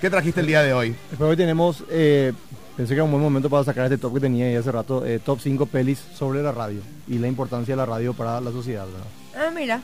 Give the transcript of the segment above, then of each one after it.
¿Qué trajiste el día de hoy? Después hoy tenemos, eh, pensé que era un buen momento para sacar este top que tenía ahí hace rato, eh, top 5 pelis sobre la radio y la importancia de la radio para la sociedad, ¿verdad? Ah, mira.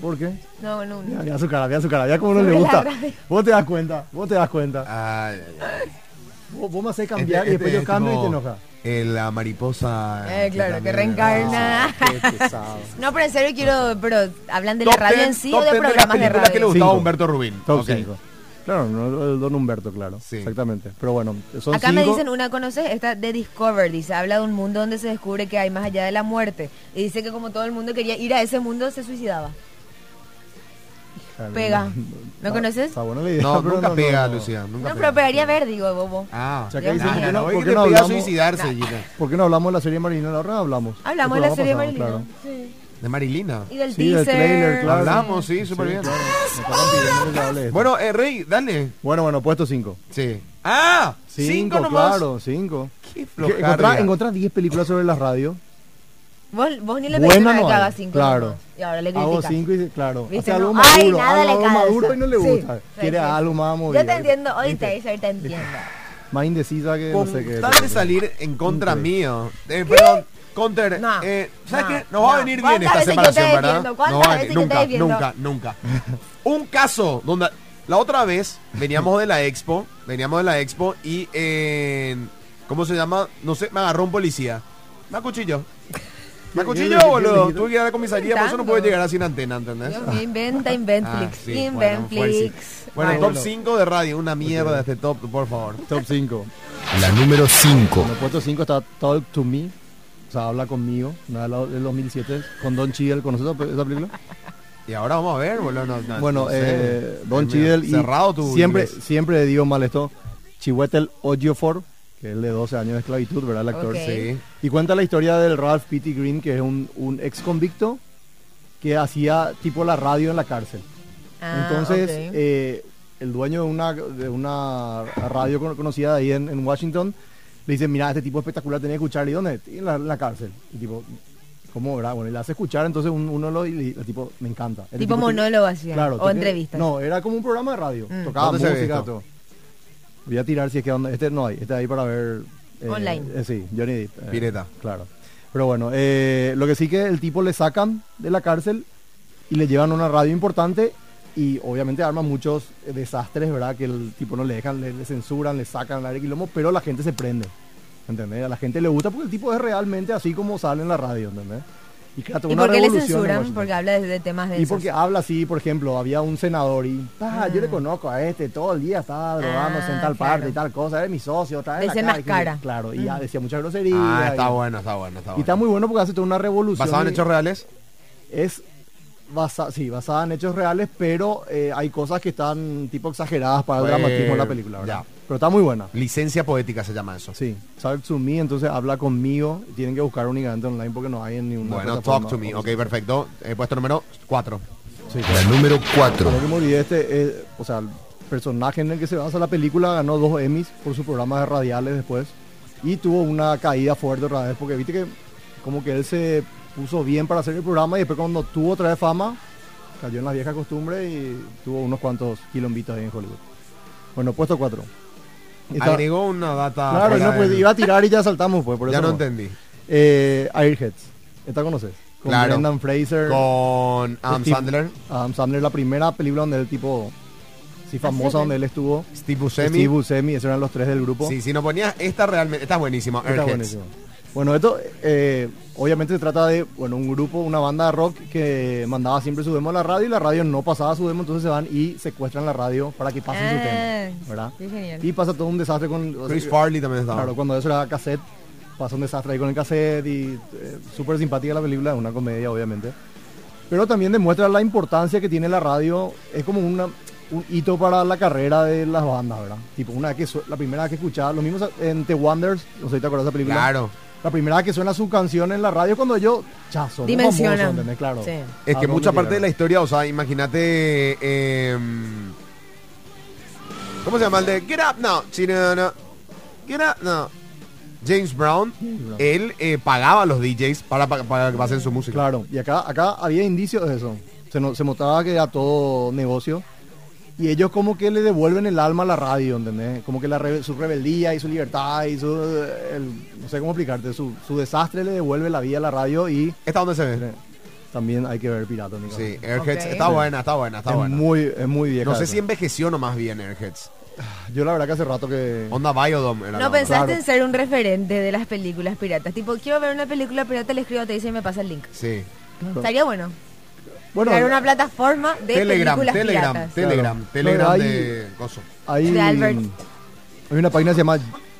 ¿Por qué? No, no, Mira, no. mira su cara, mira su cara, mira cómo no Sobre le la gusta. radio. Vos te das cuenta, vos te das cuenta. Ay, ay, ay. Vos, vos me hacés cambiar Ah, Este- y después este yo es cambio y tipo, te enojas. eh, la mariposa. Eh, claro, que también- reencarna. Ah, Qué pesado. No, pero en serio quiero, pero hablan de la Top radio ten- en sí top o de ten las programas de películas que le radio. gustaba a Cinco. Humberto Rubín. Top Ok. 5. Claro, no, el Don Humberto, claro. Sí. Exactamente. Pero bueno, son Acá me cinco. dicen, una conoces, esta de Discover, dice, habla de un mundo donde se descubre que hay más allá de la muerte. Y dice que como todo el mundo quería ir a ese mundo, se suicidaba. Claro, pega. Ah, Mm, no, ¿No está- conoces? Está buena la idea, No, pero nunca no, pega, no. Lucía. Nunca No, pega. pero pegaría ver, digo, bobo. Ah, O sea, que Ya, dicen ya, que ya, no, oye, ¿por que qué te no pega hablamos- suicidarse, Gina. ¿Por qué no hablamos de la serie Marilina? Ahora hablamos. Hablamos de El la programa serie pasado, Marilina. claro. Sí. De Marilina. Y del Sí, del teaser. trailer, claro. Hablamos, sí, súper bien. claro. Me estaban pidiendo que hable de esto. Bueno, eh, Rey, dale. bueno, bueno, puesto 5. Sí. ¡Ah! Cinco, nomás. claro, 5. Qué Encontrás flojarria. 10 películas sobre la radio. Vos, vos ni le pediste Buena nada no que hay. haga cinco. Claro. nomás. Y ahora le Hago criticas. 5 y dice, claro. ¿Viste? Hace algo No, más ay, duro. nada Hago le algo más calza. duro y no le Sí, gusta. sí, Quiere sí. algo más movido. Yo te entiendo, hoy ¿Viste? te, te entiendo. Más indecisa que no sé qué. Con tal de salir en contra Increíble. mío. Eh, perdón, Counter, No, eh, ¿sabes no, qué? Nos va a no. venir bien ¿Cuántas esta veces yo separación, te ¿verdad? defiendo? ¿Cuántas No va a venir- veces yo te nunca, defiendo? nunca, nunca. Un caso donde la otra vez veníamos de la expo, veníamos de la expo y en ¿cómo se llama? No sé, me agarró un policía. Me acuchilló. Me acuchilló, qué- qué- boludo. qué- Tuve que ir a la comisaría, por eso no Inventando. puedo llegar así en antena, ¿entendés? ¿Eh? Dios mío, inventa Ah, Inventflix. sí, bueno, fue el sí. Inventflix. Bueno, Bueno. top 5 de radio, una mierda este top, por favor. Top 5. La número 5. En el puesto 5 está Talk to Me. O sea, habla conmigo. Nada del- del 2007. Con Don Cheadle. ¿Conoces esa pe- esa película? Y ahora vamos a ver, boludo. no- no- Bueno, Ah, no sé. eh, Don Dios mío, Chidel y cerrado tu siempre, inglés. siempre digo mal esto. Chiwetel Ejiofor, que es el de 12 años de esclavitud, ¿verdad? El actor. Ok. Sí. Y cuenta la historia del Ralph P.T. Green, que es un, un ex convicto que hacía tipo la radio en la cárcel. Ah, Entonces, ok. eh, el dueño de una, de una radio cono- conocida de ahí en, en Washington le dice, mira, este tipo espectacular, tenés que escucharle. ¿Y dónde? "Y En la, en la cárcel. Y tipo, ¿cómo verá? Bueno, y le hace escuchar, entonces un- uno lo... Y el tipo, me encanta. El Tipo te- monólogo hacía, o tenía- entrevistas. No, era como un programa de radio. Mm. Tocaba ¿Dónde se ve música, esto? todo. Voy a tirar si es que... donde- Este no hay, este hay para ver... eh, Online. eh, sí, Johnny Depp. eh, Pireta. Claro. Pero bueno, eh, lo que sí que el tipo le sacan de la cárcel y le llevan a una radio importante y obviamente arman muchos eh, desastres, ¿verdad? Que el tipo no le dejan, le, le censuran, le sacan el aire quilombo, pero la gente se prende, ¿entendés? A la gente le gusta porque el tipo es realmente así como sale en la radio, ¿entendés? Y, crea toda ¿Y una por qué le revolución en censuran? Washington. Porque habla de, de temas de Y porque habla así, por ejemplo, había un senador y, ah, yo le conozco a este, todo el día estaba drogándose en tal claro. parte y tal cosa, era mi socio, estaba en la Ese cara, Mm. y que- máscara. Claro, y ya decía muchas groserías. Ah, está y, bueno, está bueno, está bueno. y está muy bueno porque hace toda una revolución. ¿Basado en y hechos reales? Es basa- sí, basada en hechos reales, pero eh, hay cosas que están tipo exageradas para el Pues, dramatismo de la película, ¿verdad? ya. Pero está muy buena. Licencia poética se llama eso. Sí, Talk to Me, entonces habla conmigo. Tienen que buscar únicamente online porque no hay en ninguna Bueno, plataforma talk to me. Ok, oficial. perfecto. He puesto número 4. Sí, claro. La número 4. Lo que me olvidé este, eh, o sea, el personaje en el que se basa la película ganó dos Emmys por sus programas radiales después y tuvo una caída fuerte otra vez porque viste que como que él se puso bien para hacer el programa y después cuando tuvo otra vez fama cayó en la vieja costumbre y tuvo unos cuantos quilombitos ahí en Hollywood. Bueno, puesto 4. Agregó una data. Claro, ah, fuera no, pues del- iba a tirar y ya saltamos, pues por eso. ya no no. entendí. Eh, Airheads. ¿Esta conoces? Con Claro. Brendan Fraser. Con Adam Steve- Sandler, Adam Sandler, la primera película donde el tipo, sí, famosa, donde él estuvo. Steve Buscemi. Steve Buscemi, esos eran los tres del grupo. Sí, si no ponías esta realmente. Esta es buenísima. Está Airheads. buenísimo. Bueno, esto eh, obviamente se trata de bueno, un grupo, una banda de rock que mandaba siempre su demo a la radio y la radio no pasaba su demo, entonces se van y secuestran la radio para que pasen su Ah, tema. ¿verdad? qué genial. Y pasa todo un desastre con... o sea, Chris Farley también estaba. Claro, cuando eso era cassette, pasó un desastre ahí con el cassette y eh, súper simpática la película, una comedia obviamente. Pero también demuestra la importancia que tiene la radio, es como una, un hito para la carrera de las bandas, ¿verdad? Tipo, una vez que su- la primera vez que escuchaba, lo mismo en The Wonders, no sé si te acuerdas de esa película. Claro. La primera vez que suena su canción en la radio es cuando ellos, ya, son Dimensionan. famosos, ¿entendés? Claro. Sí. Es ¿A que dónde mucha parte de la llegaron? historia, o sea, imagínate. eh, ¿Cómo se llama el de Get Up Now? Sí, no, no. Get Up Now. James Brown, Brown. él eh, pagaba a los DJs para, para- para que pasen su música. Claro, y acá, acá había indicios de eso. Se, no- se mostraba que era todo negocio. Y ellos como que le devuelven el alma a la radio, ¿entendés? Como que la rebe- su rebeldía y su libertad y su... el- no sé cómo explicarte, su, su desastre le devuelve la vida a la radio y ¿Esta dónde se ve? también hay que ver Pirata, amigo. Sí, Airheads. Ok. Está buena, está buena, está es, buena. muy, es muy vieja. No sé esa. si envejeció nomás bien Airheads. Yo la verdad que hace rato que... Onda Biodome era. la No onda. pensaste claro. en ser un referente de las películas piratas. Tipo, quiero ver una película pirata, le escribo, te dice y me pasa el link. Sí. Claro. Estaría bueno. Bueno, crear una plataforma de Telegram, películas Telegram, piratas. Telegram, Claro. Telegram No, hay- de coso. Hay, De Albert. hay una página que se llama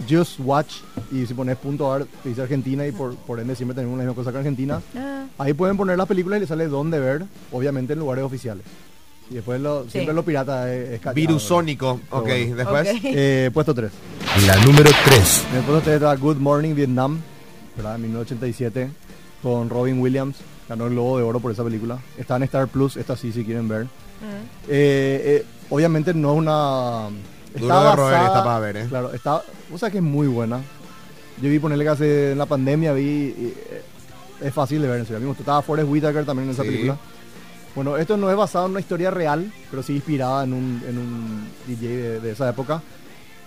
Just Watch y si pones punto .ar te dice Argentina y por, por ende siempre tenemos la misma cosa que Argentina. Ah, Ahí pueden poner las películas y les sale dónde ver, obviamente en lugares oficiales. Y después lo, siempre lo pirata eh, es, es callado, Virusónico. Ok, bueno. después. ok. ¿verdad? Eh, puesto 3. La número 3. En el puesto 3 está Good Morning Vietnam, ¿verdad? En 1987, con Robin Williams. Ganó el Globo de Oro por esa película. Está en Star Plus, esta sí, si quieren ver. Eh, eh, obviamente no es una. Duro de roer esta para ver, ¿eh? Claro, está. O sea que es muy buena. Yo vi ponerle que hace en la pandemia, vi. y, eh, es fácil de ver en serio. A mí me gustó. Estaba Forrest Whitaker también en esa Sí. película. Bueno, esto no es basado en una historia real, pero sí inspirada en un, en un DJ de, de esa época.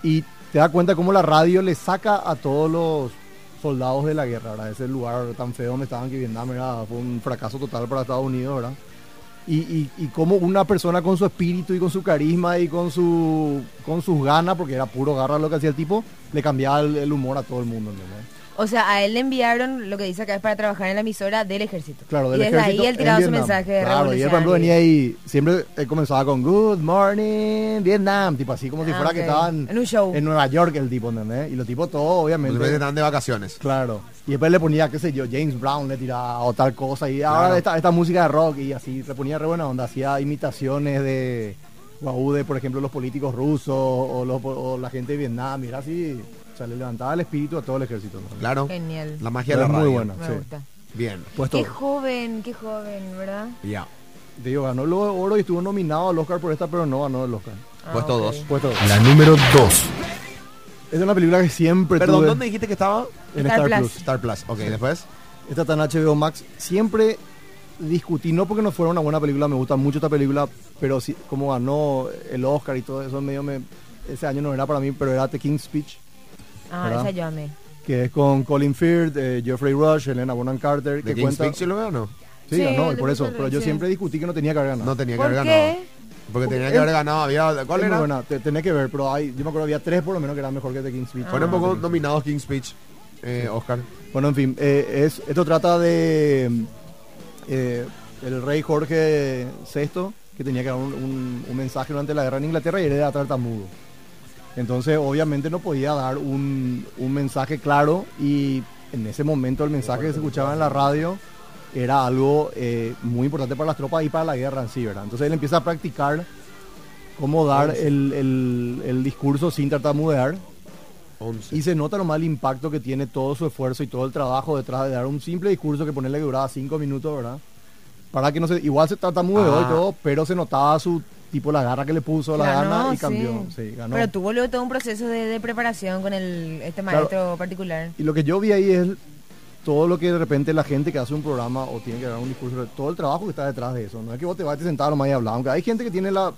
Y te das cuenta cómo la radio le saca a todos los soldados de la guerra, ¿verdad? Ese lugar tan feo donde estaban, que Vietnam era, fue un fracaso total para Estados Unidos, ¿verdad? y, y, y como una persona con su espíritu y con su carisma y con su con sus ganas, porque era puro garra lo que hacía el tipo, le cambiaba el, el humor a todo el mundo, ¿entendés? O sea, a él le enviaron lo que dice acá es para trabajar en la emisora del ejército. Claro, del y desde ejército ahí él en tiraba su Vietnam. mensaje de Claro, y él por ejemplo venía ahí, siempre eh, comenzaba con Good Morning Vietnam, tipo así como si Ah, fuera ok. que estaban En un show. en Nueva York el tipo, ¿entendés? Y los tipos todos, Muchas obviamente. veces están de vacaciones. Claro. Y después le ponía, qué sé yo, James Brown le tiraba o tal cosa. Y ahora esta, esta música de rock y así le ponía re buena onda. Hacía imitaciones de guau, de por ejemplo los políticos rusos o, los, o la gente de Vietnam. Mira así. O sea, le levantaba el espíritu a todo el ejército. ¿no? Claro. Genial. La magia Pero de la es muy radio. buena. Me sí. gusta. Bien. Puesto, Qué joven, qué joven, ¿verdad? Ya. Pues te digo, ganó el Globo de oro y estuvo nominado al Oscar por esta, pero no ganó el Oscar. Puesto Ah, ok. dos. Puesto. La número 2. Es una película que siempre Perdón, tuve ¿dónde dijiste que estaba? en Star Star, Plus. Plus. Star Plus. Ok, después. Esta está en HBO Max. Siempre discutí, no porque no fuera una buena película, me gusta mucho esta película, pero sí, como ganó el Oscar y todo eso, medio me, ese año no era para mí, pero era The King's Speech, Ah, ¿Verdad? esa yo amé. que es con Colin Firth, eh, Jeffrey Rush, Elena Bonham Carter, ¿De que King's cuenta... Speech sí lo veo o no? Sí, Sí, ganó, el por de eso, Jeffrey pero yo Rush, siempre discutí que no tenía que haber ganado. No tenía que ¿Por haber ganado. qué? Porque tenía que haber ganado. Había, ¿Cuál Es muy era? buena, te- tenés que ver, pero hay, yo me acuerdo había tres por lo menos que eran mejor que The King's Speech. Fueron un poco nominados King's Speech, eh, Oscar. Bueno, en fin, eh, es, esto trata de eh, el rey Jorge VI, que tenía que dar un, un- un mensaje durante la guerra en Inglaterra y él era tartamudo. Entonces, obviamente no podía dar un, un mensaje claro y en ese momento el mensaje que se escuchaba en la radio era algo eh, muy importante para las tropas y para la guerra en sí, ¿verdad? Entonces él empieza a practicar cómo dar el, el- el discurso sin tartamudear Once. y se nota nomás el impacto que tiene todo su esfuerzo y todo el trabajo detrás de dar un simple discurso que ponerle que duraba cinco minutos, ¿verdad? Para que no se. Igual se trata muy de Ah. y todo, pero se notaba su tipo la garra que le puso, la Ganó, gana y sí. cambió. Sí, ganó. Pero tuvo luego todo un proceso de, de preparación con el, este Claro. maestro particular. Y lo que yo vi ahí es todo lo que de repente la gente que hace un programa o tiene que dar un discurso, todo el trabajo que está detrás de eso. No es que vos te vas a sentar nomás y hablar, aunque hay gente que tiene la,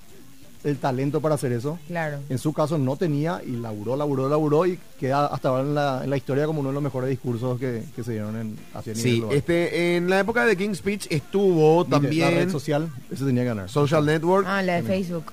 el talento para hacer eso. Claro. En su caso no tenía y laburó, laburó, laburó y queda hasta ahora en la, en la historia como uno de los mejores discursos que, que se dieron en, hacia nivel Sí, global. este, en la época de King's Speech estuvo Mire, La red también social, eso tenía que ganar. Social Network. Ah, la de Facebook.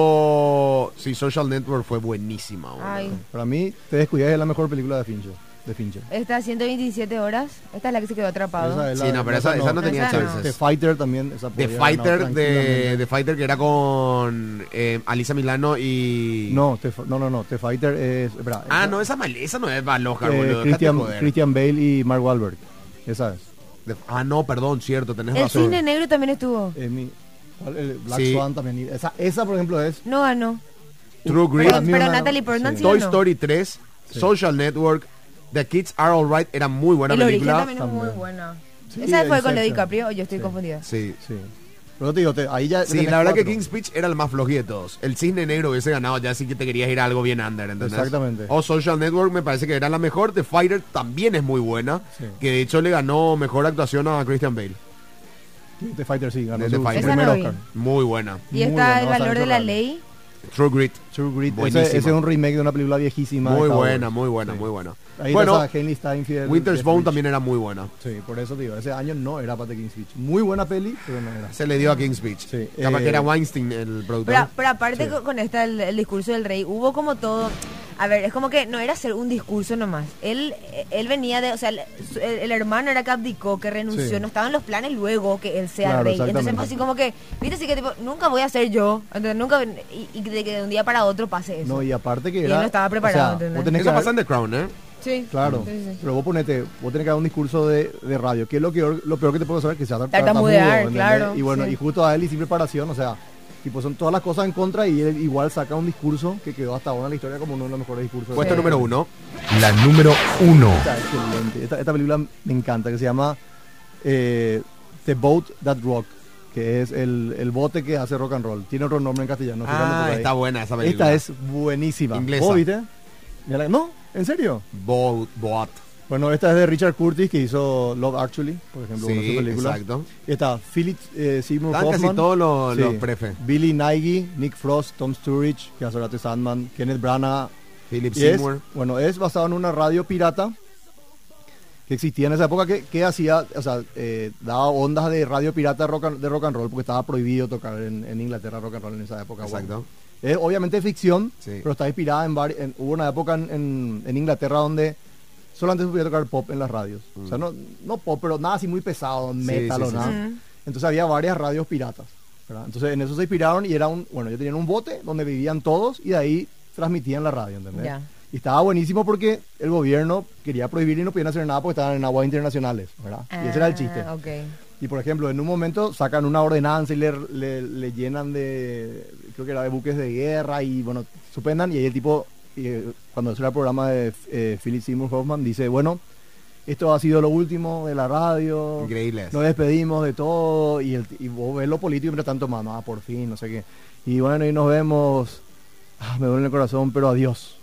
Estuvo. Sí, Social Network fue buenísima. boludo. Ay. Para mí, Te descuidas es la mejor película de Fincher. De Fincher. Esta 127 horas. Esta es la que se quedó atrapado. Esa es Sí, no, pero esa- esa no tenía chances. The Fighter también. Esa The podía haber ganado Fighter, de, tranquilamente. The Fighter que era con eh, Alisa Milano y. No, The F- no, no, no. The Fighter es... espera, Ah, esa- no, esa maleza no es para eh, Oscar, boludo. déjate Christian, joder. Christian Bale y Mark Wahlberg. Esa es. The- Ah, no, perdón, cierto, tenés el razón. cine negro también estuvo. Eh, mi- ¿cuál? El Black Sí. Swan también. y Esa, esa, por ejemplo, es... No ganó. True Grit, Pero, mí pero una- Natalie Portman sí. sí, Toy ganó. Story 3, Social Network, The Kids Are Alright, era muy buena El origen película. también es muy También. buena. Sí, ¿Esa fue con Inception. Leo DiCaprio o yo estoy Sí. confundida? Sí. Sí. Pero te digo, te- ahí ya... Sí, tenés la verdad que cuatro. King's Speech era el más flojito El Cisne Negro hubiese ganado ya si que te querías ir a algo bien under, ¿entendés? Exactamente. O Social Network me parece que era la mejor. The Fighter también es muy buena. Sí. Que de hecho le ganó mejor actuación a Christian Bale. The Fighter sí, ganó The su, su Fighter. primer Esa no vi. Oscar. Muy buena. Y Muy está buena, El vas a valor ver de la Ferrari. ley. True Grit. True Grit. Ese, Buenísima. ese es un remake de una película viejísima. Muy Está buena, bueno. muy buena, Sí. muy buena. Ahí Bueno, bueno, Henley está infiel. Winter's Death Bone Wish. también era muy buena. Sí, por eso te digo, ese año no era para The King's Speech. Muy buena peli, pero no era. Se le dio a King's Beach. Sí, Capaz eh, que era Weinstein el productor. Pero, pero aparte co- con esta, el, el discurso del rey, hubo como todo... A ver, es como que no era hacer un discurso nomás. Él, eh, él venía de, o sea, el, su- el- el hermano era que abdicó, que renunció, Sí. no estaban los planes luego que él sea Claro, rey. Entonces exactamente. fue así como que, viste, así que tipo, nunca voy a ser yo, entonces nunca, y, y de que de un día para otro pase eso. No, y aparte que Y él era. no estaba preparado, O sea, ¿entendés? vos tenés Eso que pasa en The Crown, ¿eh? sí. Claro, Sí, sí, sí. pero vos ponete, vos tenés que dar un discurso de, de radio. ¿Qué es lo, que, lo peor que te puedo saber? Que sea tar- Tartamudear, tartamudo, ¿entendés? claro, Y bueno, sí. y justo a él y sin preparación, o sea, tipo son todas las cosas en contra y él igual saca un discurso que quedó hasta ahora en la historia como uno de los mejores discursos. Puesto de número uno. La número uno. Está excelente. Esta, esta película me encanta, que se llama eh, The Boat That Rock, que es el, el bote que hace rock and roll. Tiene otro nombre en castellano. estoy dando Ah, por ahí. está buena esa película. Esta es buenísima. Inglesa. ¿Vos viste? Mira la- No, ¿en serio? Bo- Boat. Bueno, esta es de Richard Curtis que hizo Love Actually, por ejemplo, una de Sí, sus películas. exacto. Y está Philip eh, Seymour Están casi Hoffman. todos los- los prefe. Billy Nagy, Nick Frost, Tom Sturridge, que hace ahora de Sandman, Kenneth Branagh. Philip Y es, Seymour. bueno, es basado en una radio pirata que existía en esa época que, que hacía, o sea, eh, daba ondas de radio pirata rock and- de rock and roll porque estaba prohibido tocar en, en Inglaterra rock and roll en esa época. bueno. Exacto. Es obviamente ficción, Sí. pero está inspirada en, vari- en- Hubo una época en, en- en Inglaterra donde solamente se podía tocar pop en las radios. O sea, no, no pop, pero nada así muy pesado, metal Mm. sí, o sí, nada. Entonces había varias radios piratas. ¿verdad? Entonces en eso se inspiraron y era un. Bueno, yo tenían un bote donde vivían todos y de ahí transmitían la radio, ¿entendés? Ya. Y estaba buenísimo porque el gobierno quería prohibir y no podían hacer nada porque estaban en aguas internacionales, ¿verdad? y ese era el chiste. Ah, ok. Y por ejemplo, en un momento sacan una ordenanza y le, le- le llenan de, creo que era de buques de guerra y bueno, suspendan. Y ahí el tipo, eh, cuando eso era el programa de eh, Philip Seymour Hoffman, dice, bueno, esto ha sido lo último de la radio. Increíble eso. Nos despedimos de todo y, el, y vos ves lo político y mientras tanto, mamá, por fin, no sé qué. Y bueno, y nos vemos. Ah, me duele el corazón, pero adiós.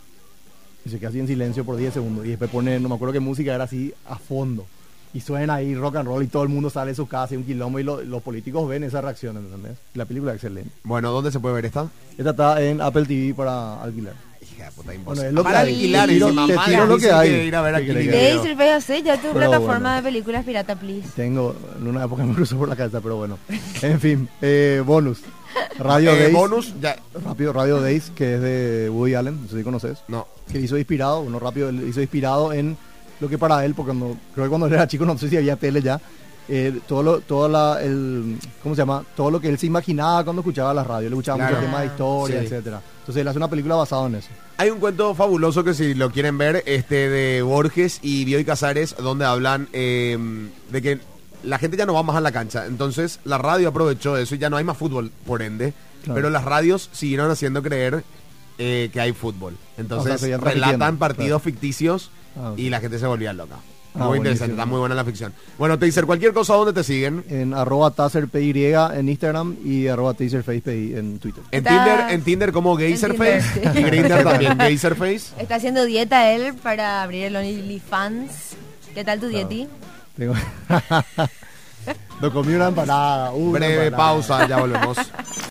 Y se queda así en silencio por 10 segundos. Y después pone, no me acuerdo qué música era así, a fondo. Y suena ahí rock and roll y todo el mundo sale de su casa y un quilombo y lo- los políticos ven esa reacción, ¿entendés? La película es excelente. Bueno, ¿dónde se puede ver esta? Esta está en Apple TV para alquilar. Hija de puta, Bueno, imposible. es lo Para que hay. alquilar Te tiro- encima, te madre, tiro lo que dicen hay. ir a ver ¿Qué aquí querés que video. Daisy Silveira, sé, ya tu Pero plataforma bueno. de películas pirata, please. Tengo, en una época me cruzó por la cabeza, pero bueno. En fin, eh, bonus. Radio Eh, Days. bonus, ya. Rápido, Radio Days, que es de Woody Allen, no sé si conoces. No. que hizo inspirado, bueno, rápido, él hizo inspirado en lo que para él, porque cuando, creo que cuando él era chico, no sé si había tele ya, eh, todo lo, toda la, el, ¿cómo se llama? Todo lo que él se imaginaba cuando escuchaba la radio, él escuchaba Claro. muchos temas de historia, Sí. etcétera. Entonces él hace una película basada en eso. Hay un cuento fabuloso que si lo quieren ver, este de Borges y Bioy Casares, donde hablan eh, de que la gente ya no va más a la cancha. Entonces la radio aprovechó eso y ya no hay más fútbol, por ende. Claro. Pero las radios siguieron haciendo creer eh, que hay fútbol. Entonces seguían relatan repitiendo, partidos ficticios Ah, ok. y la gente se volvía loca. Ah, muy interesante, buenísimo. está muy buena la ficción. Bueno, Taser, cualquier cosa, ¿dónde te siguen? En arroba taserpy en Instagram y arroba taserfacepy en Twitter. En Está- Tinder, en Tinder como Gazerface Tinder, sí. y Grindr también, Gazerface. Está haciendo dieta él para abrir el OnlyFans. ¿Qué tal tu dieti? Tengo... no comí una empanada. una Breve empanada. pausa, ya volvemos.